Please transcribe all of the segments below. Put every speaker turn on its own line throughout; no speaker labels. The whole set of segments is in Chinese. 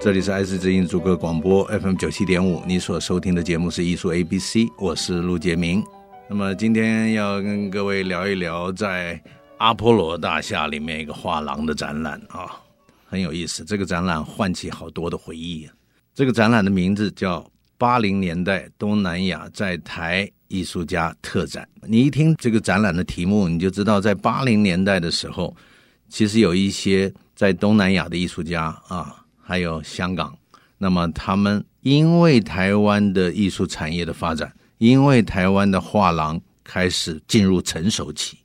这里是爱思之音主歌广播 FM 九七点五，你所收听的节目是艺术 ABC，我是陆杰明。那么今天要跟各位聊一聊在阿波罗大厦里面一个画廊的展览啊，很有意思。这个展览唤起好多的回忆、啊。这个展览的名字叫《八零年代东南亚在台艺术家特展》。你一听这个展览的题目，你就知道在八零年代的时候，其实有一些在东南亚的艺术家啊。还有香港，那么他们因为台湾的艺术产业的发展，因为台湾的画廊开始进入成熟期。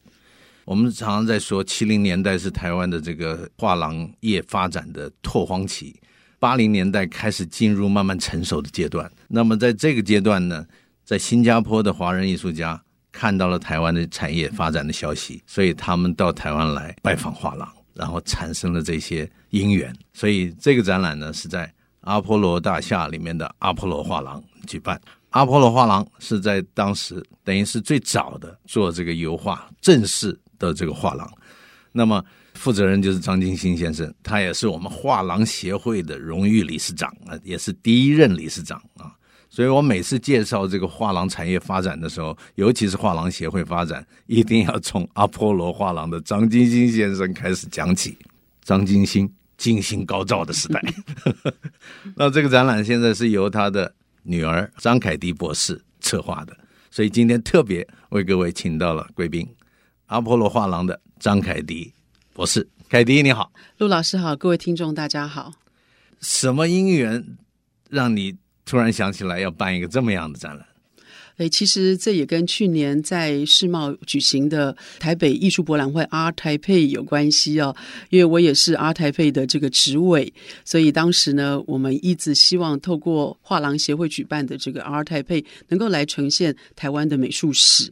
我们常常在说，七零年代是台湾的这个画廊业发展的拓荒期，八零年代开始进入慢慢成熟的阶段。那么在这个阶段呢，在新加坡的华人艺术家看到了台湾的产业发展的消息，所以他们到台湾来拜访画廊。然后产生了这些因缘，所以这个展览呢是在阿波罗大厦里面的阿波罗画廊举办。阿波罗画廊是在当时等于是最早的做这个油画正式的这个画廊，那么负责人就是张金星先生，他也是我们画廊协会的荣誉理事长啊，也是第一任理事长啊。所以我每次介绍这个画廊产业发展的时候，尤其是画廊协会发展，一定要从阿波罗画廊的张金星先生开始讲起。张金星，金星高照的时代。 那这个展览现在是由他的女儿张凯迪博士策划的，所以今天特别为各位请到了贵宾，阿波罗画廊的张凯迪博士。凯迪你好，
陆老师好，各位听众大家好。
什么因缘让你？突然想起来要办一个这么样的展览，
哎，其实这也跟去年在世贸举行的台北艺术博览会 R 台配有关系哦，因为我也是 R 台配的这个职委，所以当时呢，我们一直希望透过画廊协会举办的这个 R 台配，能够来呈现台湾的美术史。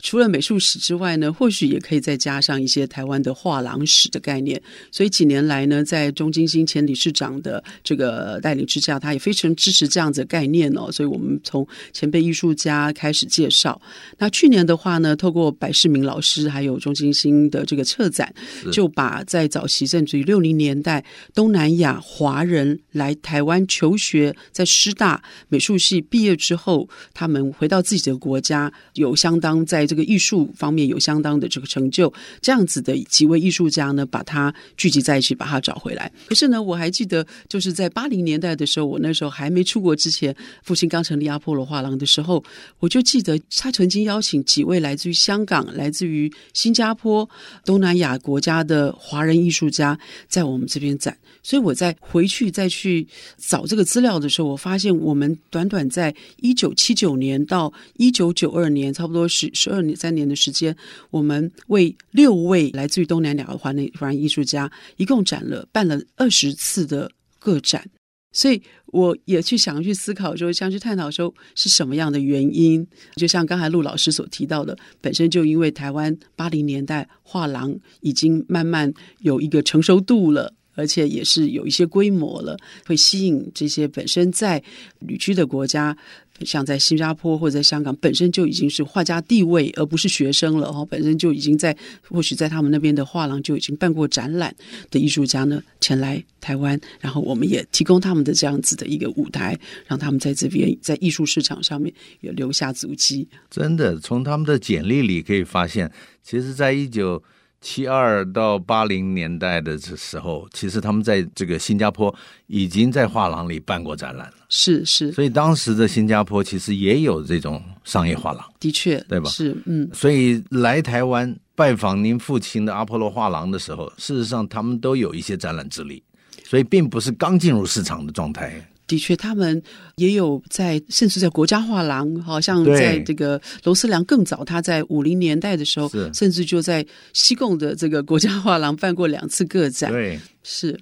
除了美术史之外呢，或许也可以再加上一些台湾的画廊史的概念。所以几年来呢，在钟金星前理事长的这个带领之下，他也非常支持这样子的概念哦。所以我们从前辈艺术家开始介绍。那去年的话呢，透过白世明老师还有钟金星的这个策展，就把在早期甚至于六零年代东南亚华人来台湾求学，在师大美术系毕业之后，他们回到自己的国家，有相当在这个艺术方面有相当的这个成就，这样子的几位艺术家呢，把它聚集在一起，把它找回来。可是呢，我还记得，就是在八零年代的时候，我那时候还没出国之前，父亲刚成立阿波罗画廊的时候，我就记得他曾经邀请几位来自于香港、来自于新加坡、东南亚国家的华人艺术家在我们这边展。所以我在回去再去找这个资料的时候，我发现我们短短在一九七九年到一九九二年，差不多十十二。二年三年的时间，我们为六位来自于东南亚的华内华人艺术家，一共展了办了二十次的个展，所以我也去想去思考，说想去探讨说是什么样的原因。就像刚才陆老师所提到的，本身就因为台湾八零年代画廊已经慢慢有一个成熟度了。而且也是有一些规模了，会吸引这些本身在旅居的国家，像在新加坡或者在香港，本身就已经是画家地位，而不是学生了哦，本身就已经在或许在他们那边的画廊就已经办过展览的艺术家呢，前来台湾，然后我们也提供他们的这样子的一个舞台，让他们在这边在艺术市场上面也留下足迹。
真的，从他们的简历里可以发现，其实，在一九。七二到八零年代的这时候，其实他们在这个新加坡已经在画廊里办过展览了。
是是，
所以当时的新加坡其实也有这种商业画廊，
的确，
对吧？
是嗯，
所以来台湾拜访您父亲的阿波罗画廊的时候，事实上他们都有一些展览之力，所以并不是刚进入市场的状态。
的确，他们也有在，甚至在国家画廊，好像
对
在这个罗斯良更早，他在五零年代的时候
是，
甚至就在西贡的这个国家画廊办过两次个展。
对，
是，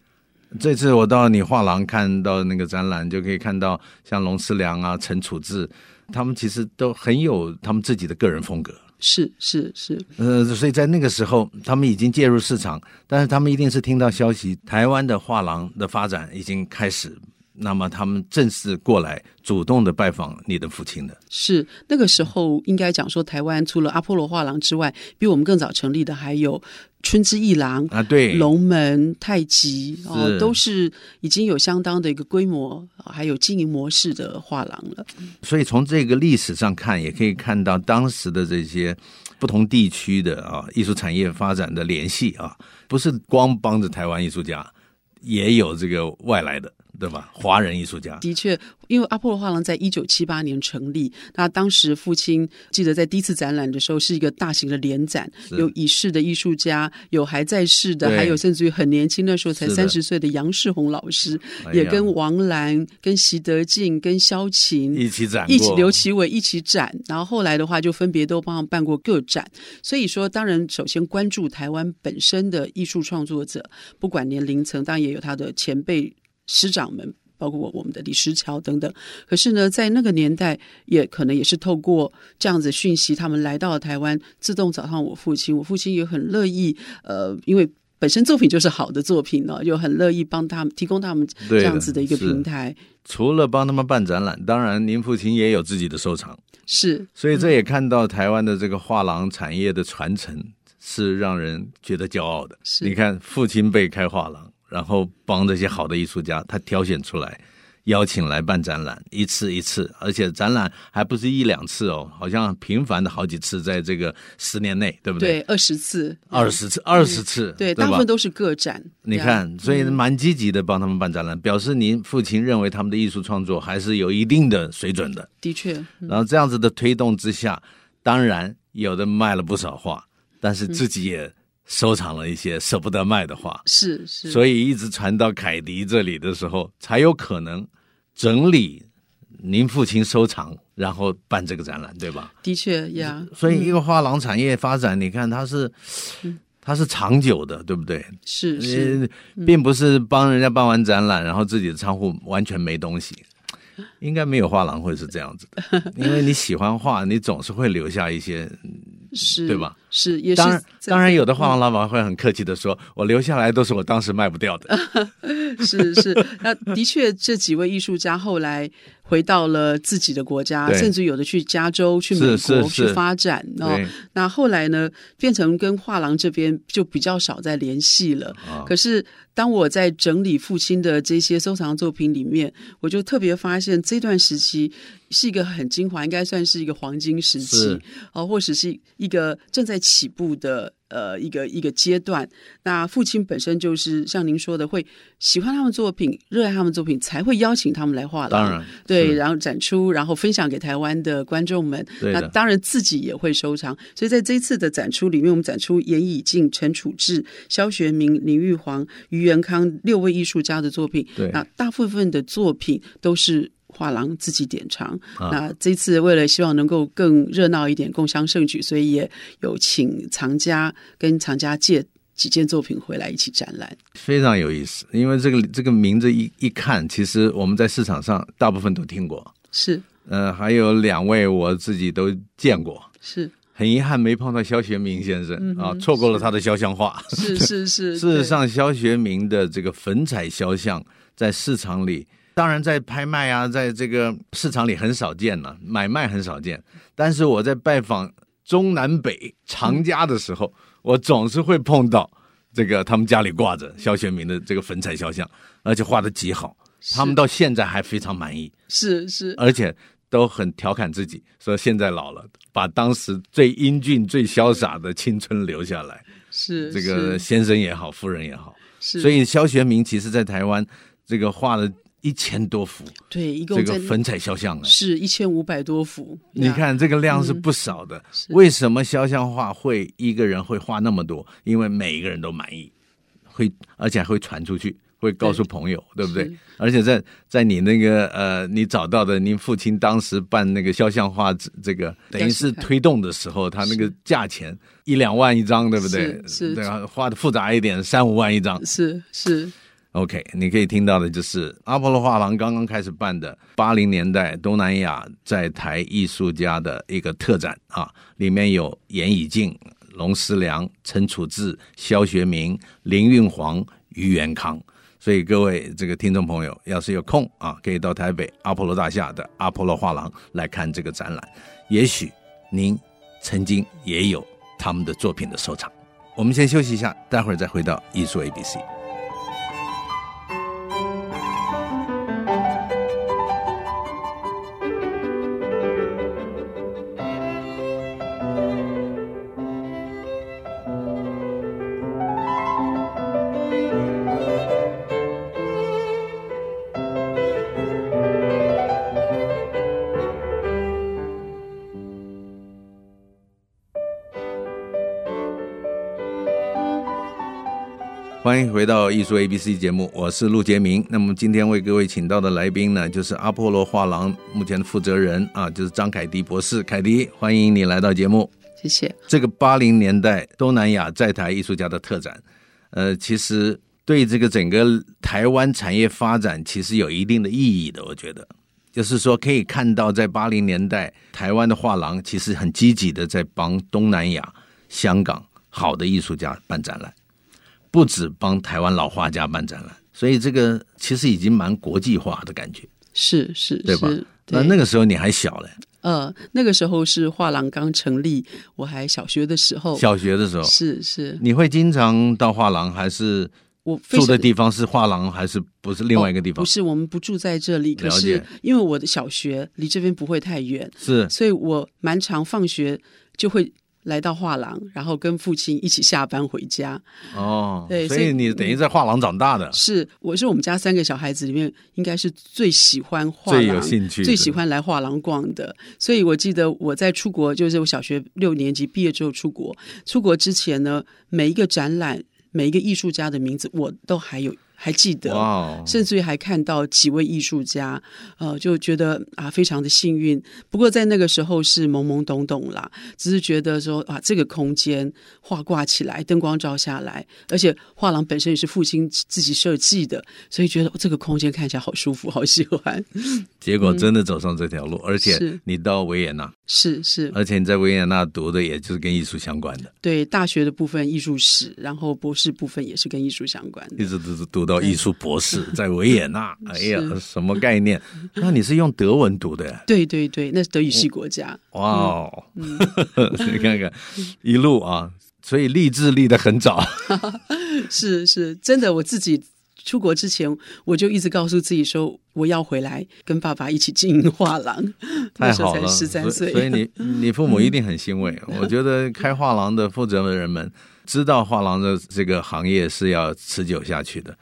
这次我到你画廊看到那个展览，就可以看到像龙思良啊、陈楚志，他们其实都很有他们自己的个人风格。
是，是，是，
呃，所以在那个时候，他们已经介入市场，但是他们一定是听到消息，台湾的画廊的发展已经开始，那么他们正式过来主动的拜访你的父亲的。
是那个时候应该讲说，台湾除了阿波罗画廊之外，比我们更早成立的还有春之艺廊、
啊，对，
龙门、太极哦
是，
都是已经有相当的一个规模，还有经营模式的画廊了。
所以从这个历史上看，也可以看到当时的这些不同地区的啊艺术产业发展的联系啊，不是光帮着台湾艺术家，也有这个外来的，对吧？华人艺术家，
的确，因为阿波罗画廊在一九七八年成立，那当时父亲记得在第一次展览的时候是一个大型的联展，
是
有已逝的艺术家，有还在世的，
对
还有甚至于很年轻那时候才
是的
三十岁的杨世宏老师，
哎呀
也跟王兰、跟习德进、跟萧琴
一起展过，
一起刘奇伟一起展，然后后来的话就分别都帮忙办过个展。所以说，当然首先关注台湾本身的艺术创作者，不管年龄层，当然也有他的前辈师长们。包括我们的李石桥等等，可是呢，在那个年代，也可能也是透过这样子讯息，他们来到了台湾，自动找上我父亲。我父亲也很乐意，呃，因为本身作品就是好的作品呢、就很乐意帮他们提供他们
对
这
的
样子的一个
是
平台。
除了帮他们办展览，当然您父亲也有自己的收藏，
是
所以这也看到台湾的这个画廊产业的传承是让人觉得骄傲的。
是
你看父亲辈开画廊，然后帮这些好的艺术家，他挑选出来，邀请来办展览，一次一次，而且展览还不是一两次哦，好像频繁的好几次，在这个十年内，对不
对？二十次，
二十次，二十次，
对，
吧
大部分都是个展。
你
这样，
看，所以蛮积极的帮他们办
嗯
展览，表示您父亲认为他们的艺术创作还是有一定的水准的。
的确，
然后这样子的推动之下，当然有的卖了不少画，但是自己也收藏了一些舍不得卖的画，
是是，
所以一直传到凯迪这里的时候，才有可能整理您父亲收藏，然后办这个展览，对吧？
的确呀，
所以一个画廊产业发展，你看它是。它是长久的，对不对？
是是，
呃，并不是帮人家办完展览，然后自己的仓库完全没东 西，应该没有画廊会是这样子的，因为你喜欢画，你总是会留下一些。
是，
对吧？
是，也是
当然，
在
当然有的画廊老板会很客气的说，我留下来都是我当时卖不掉的。
是是，那的确，这几位艺术家后来回到了自己的国家，
对
甚至有的去加州、去美
是是
国
是
去发展 哦
对。
那后来呢，变成跟画廊这边就比较少再联系了。
啊
可是当我在整理父亲的这些收藏作品里面，我就特别发现这段时期是一个很精华，应该算是一个黄金时期
是，
哦，或许是一个正在起步的呃一个一个阶段。那父亲本身就是像您说的，会喜欢他们作品，热爱他们作品，才会邀请他们来画廊。
当然，
对，
是
然后展出，然后分享给台湾的观众们。
对
那
的
当然自己也会收藏。所以在这一次的展出里面，我们展出严以静、陈楚志、萧学明、林玉煌、于元康六位艺术家的作品。
对
那大部分的作品都是。画廊自己典藏，
啊
那这次为了希望能够更热闹一点，共襄盛举，所以也有请藏家跟藏家借几件作品回来一起展览。
非常有意思，因为这个这个名字一一看，其实我们在市场上大部分都听过，
是
呃，还有两位我自己都见过，
是
很遗憾没碰到萧学明先生、
嗯
啊，错过了他的肖像画。
是是是，
事实
对
上，萧学明的这个粉彩肖像在市场里，当然在拍卖啊，在这个市场里很少见了、买卖很少见。但是我在拜访中南北藏家的时候，我总是会碰到这个他们家里挂着萧学明的这个粉彩肖像，而且画的极好，他们到现在还非常满意。
是是
而且都很调侃自己，说现在老了，把当时最英俊、最潇洒的青春留下来。
是
这个
是
先生也好，夫人也好，
是
所以萧学明其实在台湾这个画了一千多幅
对，一
这
共
个
在
粉彩肖像啊。
是一千五百多幅。
你
呀，
看这个量是不少的，
是
为什么肖像画会一个人会画那么多？因为每一个人都满意，会而且还会传出去，会告诉朋友，对不对
是？
而且在在你那个呃，你找到的，您父亲当时办那个肖像画这这个，等于是
雕塑派
推动的时候，他那个价钱一两万一张，对不对？
是是
对啊，画的复杂一点，三五万一张。
是是
OK，你可以听到的就是阿波罗画廊刚刚开始办的八零年代东南亚在台艺术家的一个特展啊，里面有严以静、龙思良、陈楚志、肖学明、林运煌、于元康。所以各位这个听众朋友，要是有空啊，可以到台北阿波罗大厦的阿波罗画廊来看这个展览，也许您曾经也有他们的作品的收藏。我们先休息一下，待会儿再回到艺术 ABC。欢迎回到艺术 A B C 节目，我是陆杰明。那么今天为各位请到的来宾呢，就是阿波罗画廊目前的负责人啊，就是张凯迪博士。凯迪，欢迎你来到节目。
谢谢
这个八零年代东南亚在台艺术家的特展，呃，其实对这个整个台湾产业发展其实有一定的意义的，我觉得。就是说，可以看到，在八零年代，台湾的画廊其实很积极的在帮东南亚、香港好的艺术家办展览，不止帮台湾老画家办展览，所以这个其实已经蛮国际化的感觉。
是是
对吧
是。
那那个时候你还小嘞，
呃，那个时候是画廊刚成立，我还小学的时候，
小学的时候，
是是，
你会经常到画廊还是
我非
住的
常哦
地方是画廊还是不是另外一个地方？
不是我们不住在这里，可
了
是
解
因为我的小学离这边不会太远，
是，
所以我蛮常放学就会来到画廊，然后跟父亲一起下班回家。
哦，
对
所
所
以
以
你等于在画廊长大的，
是，我是我们家三个小孩子里面，应该是最喜欢画廊、
最有兴趣的
最喜欢来画廊逛的。所以我记得我在出国，就是我小学六年级毕业之后出国。出国之前呢，每一个展览、每一个艺术家的名字，我都还有还记得。
哇哦，
甚至于还看到几位艺术家，呃，就觉得啊，非常的幸运。不过在那个时候是懵懵懂懂啦，只是觉得说啊，这个空间画挂起来，灯光照下来，而且画廊本身也是父亲自己设计的，所以觉得、哦这个空间看起来好舒服，好喜欢。
结果真的走上这条路，而且
嗯是
你到维也纳，
是是，
而且你在维也纳读的也就是跟艺术相关的，
对大学的部分艺术史，然后博士部分也是跟艺术相关
一
的。
直读读到艺术博士，在维也 纳，哎呀，
是
什么概 念？那你是用德文读的呀？
对对对，那是德语系国家。嗯
哇哦， 你看看一路啊，所以立志立得很早，
是是，真的，我自己出国之前，我就一直告诉自己说，我要回来跟爸爸一起经营画 廊。
太
那时候
好
才
了，
十三
所以
岁，
所以 你你父母一定很欣慰。我觉得开画廊的负责人们知道画廊的这个行业是要持久下去的，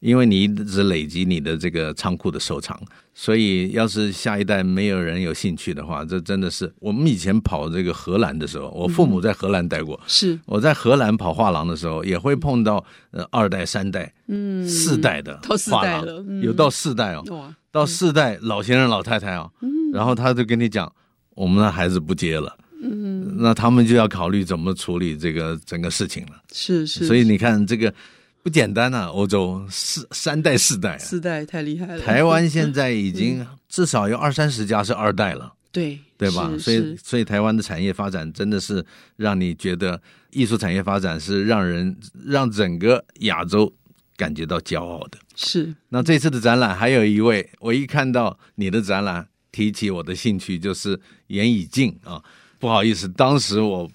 因为你一直累积你的这个仓库的收藏，所以要是下一代没有人有兴趣的话，这真的是我们以前跑这个荷兰的时
嗯
候，我父母在荷兰待过。
是
我在荷兰跑画廊的时候，也会碰到呃二代、三代、嗯四代的
到四代
画廊
了嗯
有到四代哦，
哇，
到世代老先生老太太啊，
嗯
然后他就跟你讲，我们的孩子不接了，嗯，那他们就要考虑怎么处理这个整个事情了。
是是，
所以你看这个不简单啊，欧洲四三代四代、啊，
四代嗯太厉害了。
台湾现在已经 至少有二三十家是二代了。
对
对吧？
是
所以，
是
所以台湾的产业发展真的是让你觉得艺术产业发展是让人让整个亚洲感觉到骄傲的。
是
那这次的展览还有一位，我一看到你的展览，提起我的兴趣就是严以静啊。不好意思，当时我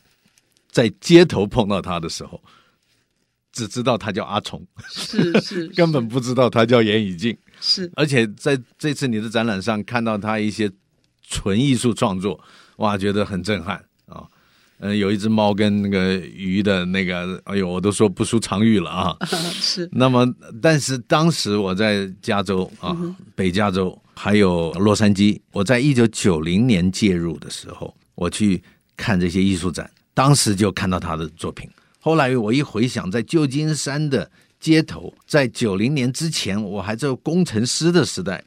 在街头碰到他的时候，只知道他叫阿虫，
是是，
根本不知道他叫严以静。
是
而且在这次你的展览上看到他一些纯艺术创作，哇，觉得很震撼啊。嗯、有一只猫跟那个鱼的那个，哎呦，我都说不输常玉了啊。
是
那么，但是当时我在加州啊，北加州还有洛杉矶，我在一九九零年介入的时候，我去看这些艺术展，当时就看到他的作品。后来我一回想，在旧金山的街头。在九零年之前，我还在工程师的时代，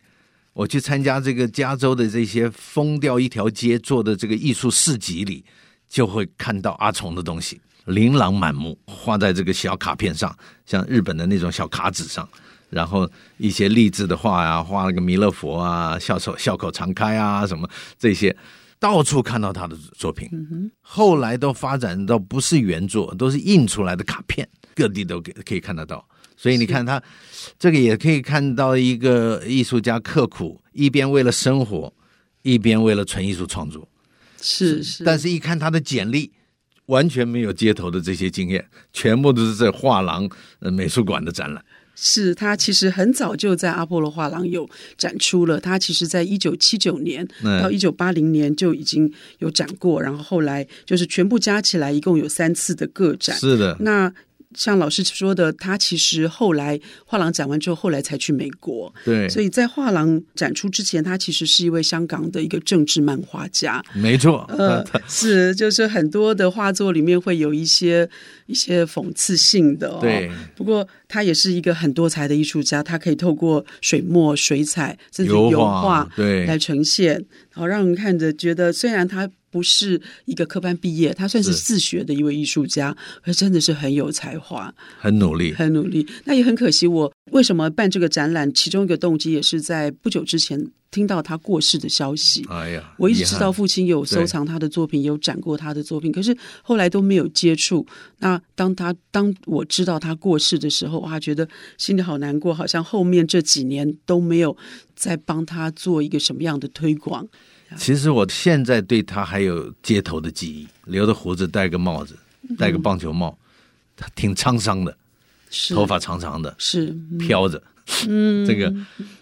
我去参加这个加州的这些封掉一条街做的这个艺术市集里，就会看到阿虫的东西，琳琅满目，画在这个小卡片上，像日本的那种小卡纸上。然后一些励志的话啊，画了个弥勒佛啊，笑手笑口常开啊，什么这些，到处看到他的作品。后来都发展到不是原作，都是印出来的卡片，各地都可可以看得到。所以你看他，这个也可以看到一个艺术家刻苦，一边为了生活，一边为了纯艺术创作。
是是，
但是，一看他的简历，完全没有街头的这些经验，全部都是在画廊、呃美术馆的展览。
是他其实很早就在阿波罗画廊有展出了，他其实在一九七九年
嗯
到一九八零年就已经有展过，然后后来就是全部加起来一共有三次的个展。
是的，
那像老师说的，他其实后来画廊展完之后，后来才去美国，
对，
所以在画廊展出之前，他其实是一位香港的一个政治漫画 家。
没错，
呃，是，就是很多的画作里面会有一些一些讽刺性的、哦，
对，
不过他也是一个很多才的艺术家，他可以透过水墨、水彩甚至
油
油
画
画
对
来呈现，然后让人看着觉得，虽然他不是一个科班毕业，他算是
是
自学的一位艺术家，可真的是很有才华，
很努力，
很努力。那也很可惜，我为什么办这个展览？其中一个动机也是在不久之前听到他过世的消息。
哎呀，
我一直
遗
知
憾
道父亲有收
对
藏他的作品，有展过他的作品，可是后来都没有接触。那当他当我知道他过世的时候，哇，觉得心里好难过，好像后面这几年都没有再帮他做一个什么样的推广。
其实我现在对他还有街头的记忆，留着胡子，戴个帽子，
嗯
戴个棒球帽，他挺沧桑的，
是
头发长长的，
是嗯
飘着，嗯， 这个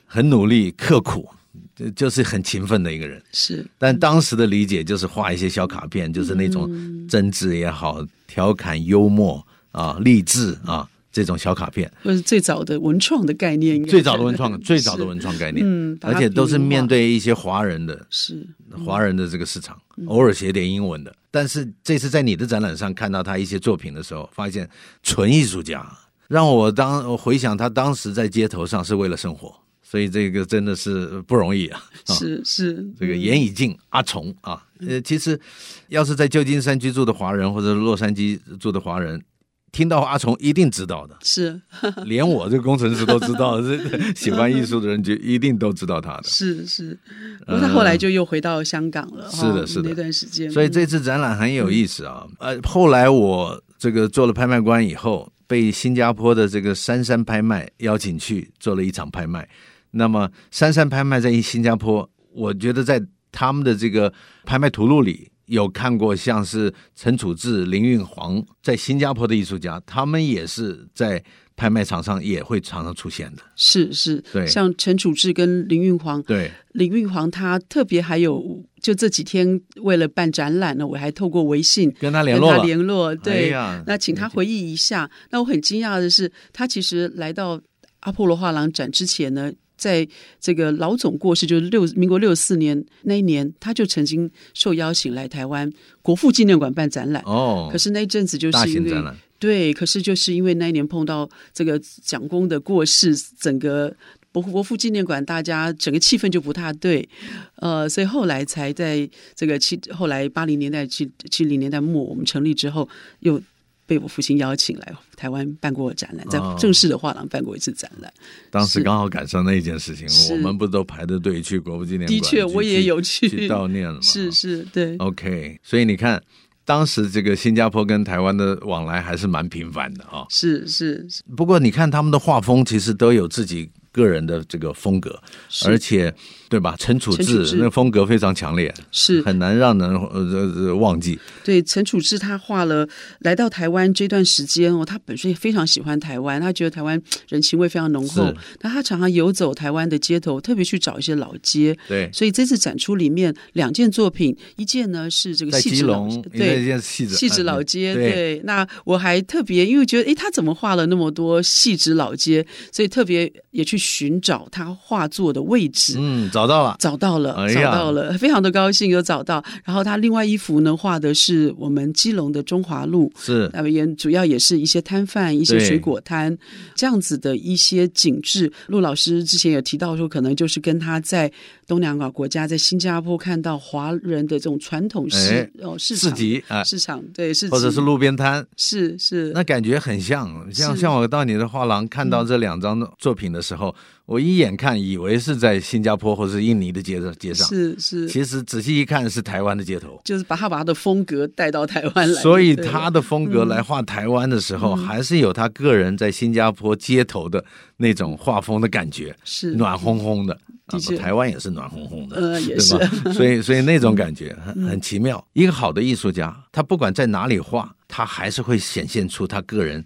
很努力刻苦，这就是很勤奋的一个人。
是
但当时的理解就是画一些小卡片，就是那种
嗯
政治也好，调侃、幽默啊、励志啊这种小卡片。
或是最早的文创的概念应该
最早的文创，
是
最早的文创概念，
嗯把
而
它
且都是
平民化嗯
面对一些华人的，
是
华人的这个市场，
嗯
偶尔写点英文的。但是这次在你的展览上看到他一些作品的时候，发现纯艺术家，让我当我回想他当时在街头上是为了生活，所以这个真的是不容易啊。啊
是是，
这个严以静、阿虫啊，呃，其实要是在旧金山居住的华人或者洛杉矶住的华人，听到阿虫一定知道的
是
连我这个工程师都知道， 这这喜欢艺术的人就一定都知道他的。
是是，不过他后来就又回到香港了。
呃是的
哦
是的
那段时间，
所以这次展览很有意思啊。呃，后来我这个做了拍卖官以后，被新加坡的这个珊珊拍卖邀请去做了一场拍卖。那么珊珊拍卖在新加坡，我觉得在他们的这个拍卖图录里有看过，像是陈楚志、林运煌在新加坡的艺术家，他们也是在拍卖场上也会常常出现的。
是是，
对
像陈楚志跟林运煌
对，
林运煌他特别还有，就这几天为了办展览呢，我还透过微信
跟他联
跟
络
他
了。
联络，
哎
对，
呀
那请他回忆一下。那我很惊讶的是，他其实来到阿波罗画廊展之前呢。在这个老总过世，就是六民国六四年那一年，他就曾经受邀请来台湾国父纪念馆办展览。
哦，
可是那一阵子就
大
是因
型
为
展览，
对，可是就是因为那一年碰到这个蒋公的过世，整个国国父纪念馆大家整个气氛就不大对，呃，所以后来才在这个七后来八零年代七七零年代末我们成立之后，又被我父亲邀请来台湾办过展览，在
哦
正式的画廊办过一次展览。
当时
是
刚好赶上那件事情，
是
我们不都排着队去国父纪念馆
的
去？
确，我也有
去
去，
去悼念了嘛。
是是，对，
哦 OK，所以你看，当时这个新加坡跟台湾的往来还是蛮频繁的啊、
是是是
不过你看他们的画风，其实都有自己个人的这个风格，而且对吧？陈楚
陈楚
志
志
那风格非常强烈，
是
很难让人呃呃呃忘记。
对，陈楚之他画了来到台湾这段时间哦，他本身也非常喜欢台湾，他觉得台湾人情味非常浓厚
是。
那他常常游走台湾的街头，特别去找一些老街。
对，
所以这次展出里面两件作品，一件呢是这个
在
细
基
致老
隆，那
对
件细致啊嗯
细致老街，
对
对。那我还特别因为觉得，诶，他怎么画了那么多细致老街，所以特别也去寻找他画作的位置。
嗯，找到了，
找到了，
哎
找
呀
到了，非常的高兴有找到。然后他另外一幅呢，画的是我们基隆的中华路，
是
那么也主要也是一些摊贩、一些
对
水果摊这样子的一些景致。陆老师之前有提到说，可能就是跟他在东南亚国家，在新加坡看到华人的这种传统市、
哎
哦市
市
场
集啊，
市场对市集，
或者是路边摊，
是是
那感觉很像。像
是嗯
像我到你的画廊看到这两张作品的时候，我一眼看以为是在新加坡或者是印尼的街上街上，
是是，
其实仔细一看是台湾的街头。
就是把他把他的风格带到台湾来，
所以
对嗯
他的风格来画台湾的时候，还是有他个人在新加坡街头的那种画风的感觉，
是
暖烘烘的。啊
的确
台湾也是暖烘烘的，
呃也嗯
对吧？所以所 以那种感觉很很奇妙。一个好的艺术家，他不管在哪里画，他还是会显现出他个人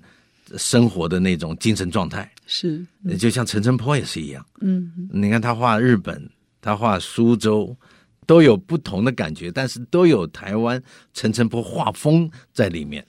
生活的那种精神状态。
是
就像陈澄波也是一样，
嗯
你看他画日本，他画苏州，都有不同的感觉，但是都有台湾陈澄波画风在里面，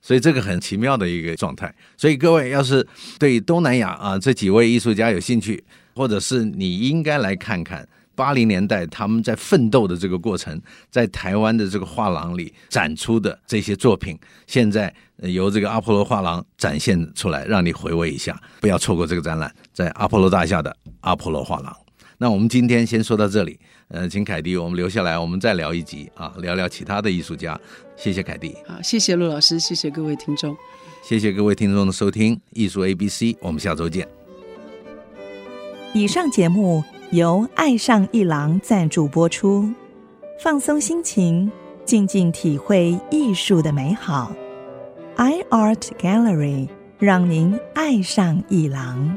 所以这个很奇妙的一个状态。所以各位要是对东南亚啊这几位艺术家有兴趣，或者是你应该来看看。八零年代他们在奋斗的这个过程，在台湾的这个画廊里展出的这些作品，现在呃由这个阿波罗画廊展现出来，让你回味一下，不要错过这个展览，在阿波罗大厦的阿波罗画廊。那我们今天先说到这里，呃，请凯蒂我们留下来，我们再聊一集啊，聊聊其他的艺术家。谢谢凯蒂，
好，啊谢谢陆老师，谢谢各位听众。
谢谢各位听众的收听，艺术 A B C，我们下周见。
以上节目由爱上一郎赞助播出，放松心情，静静体会艺术的美好。iArt Gallery 让您爱上一郎。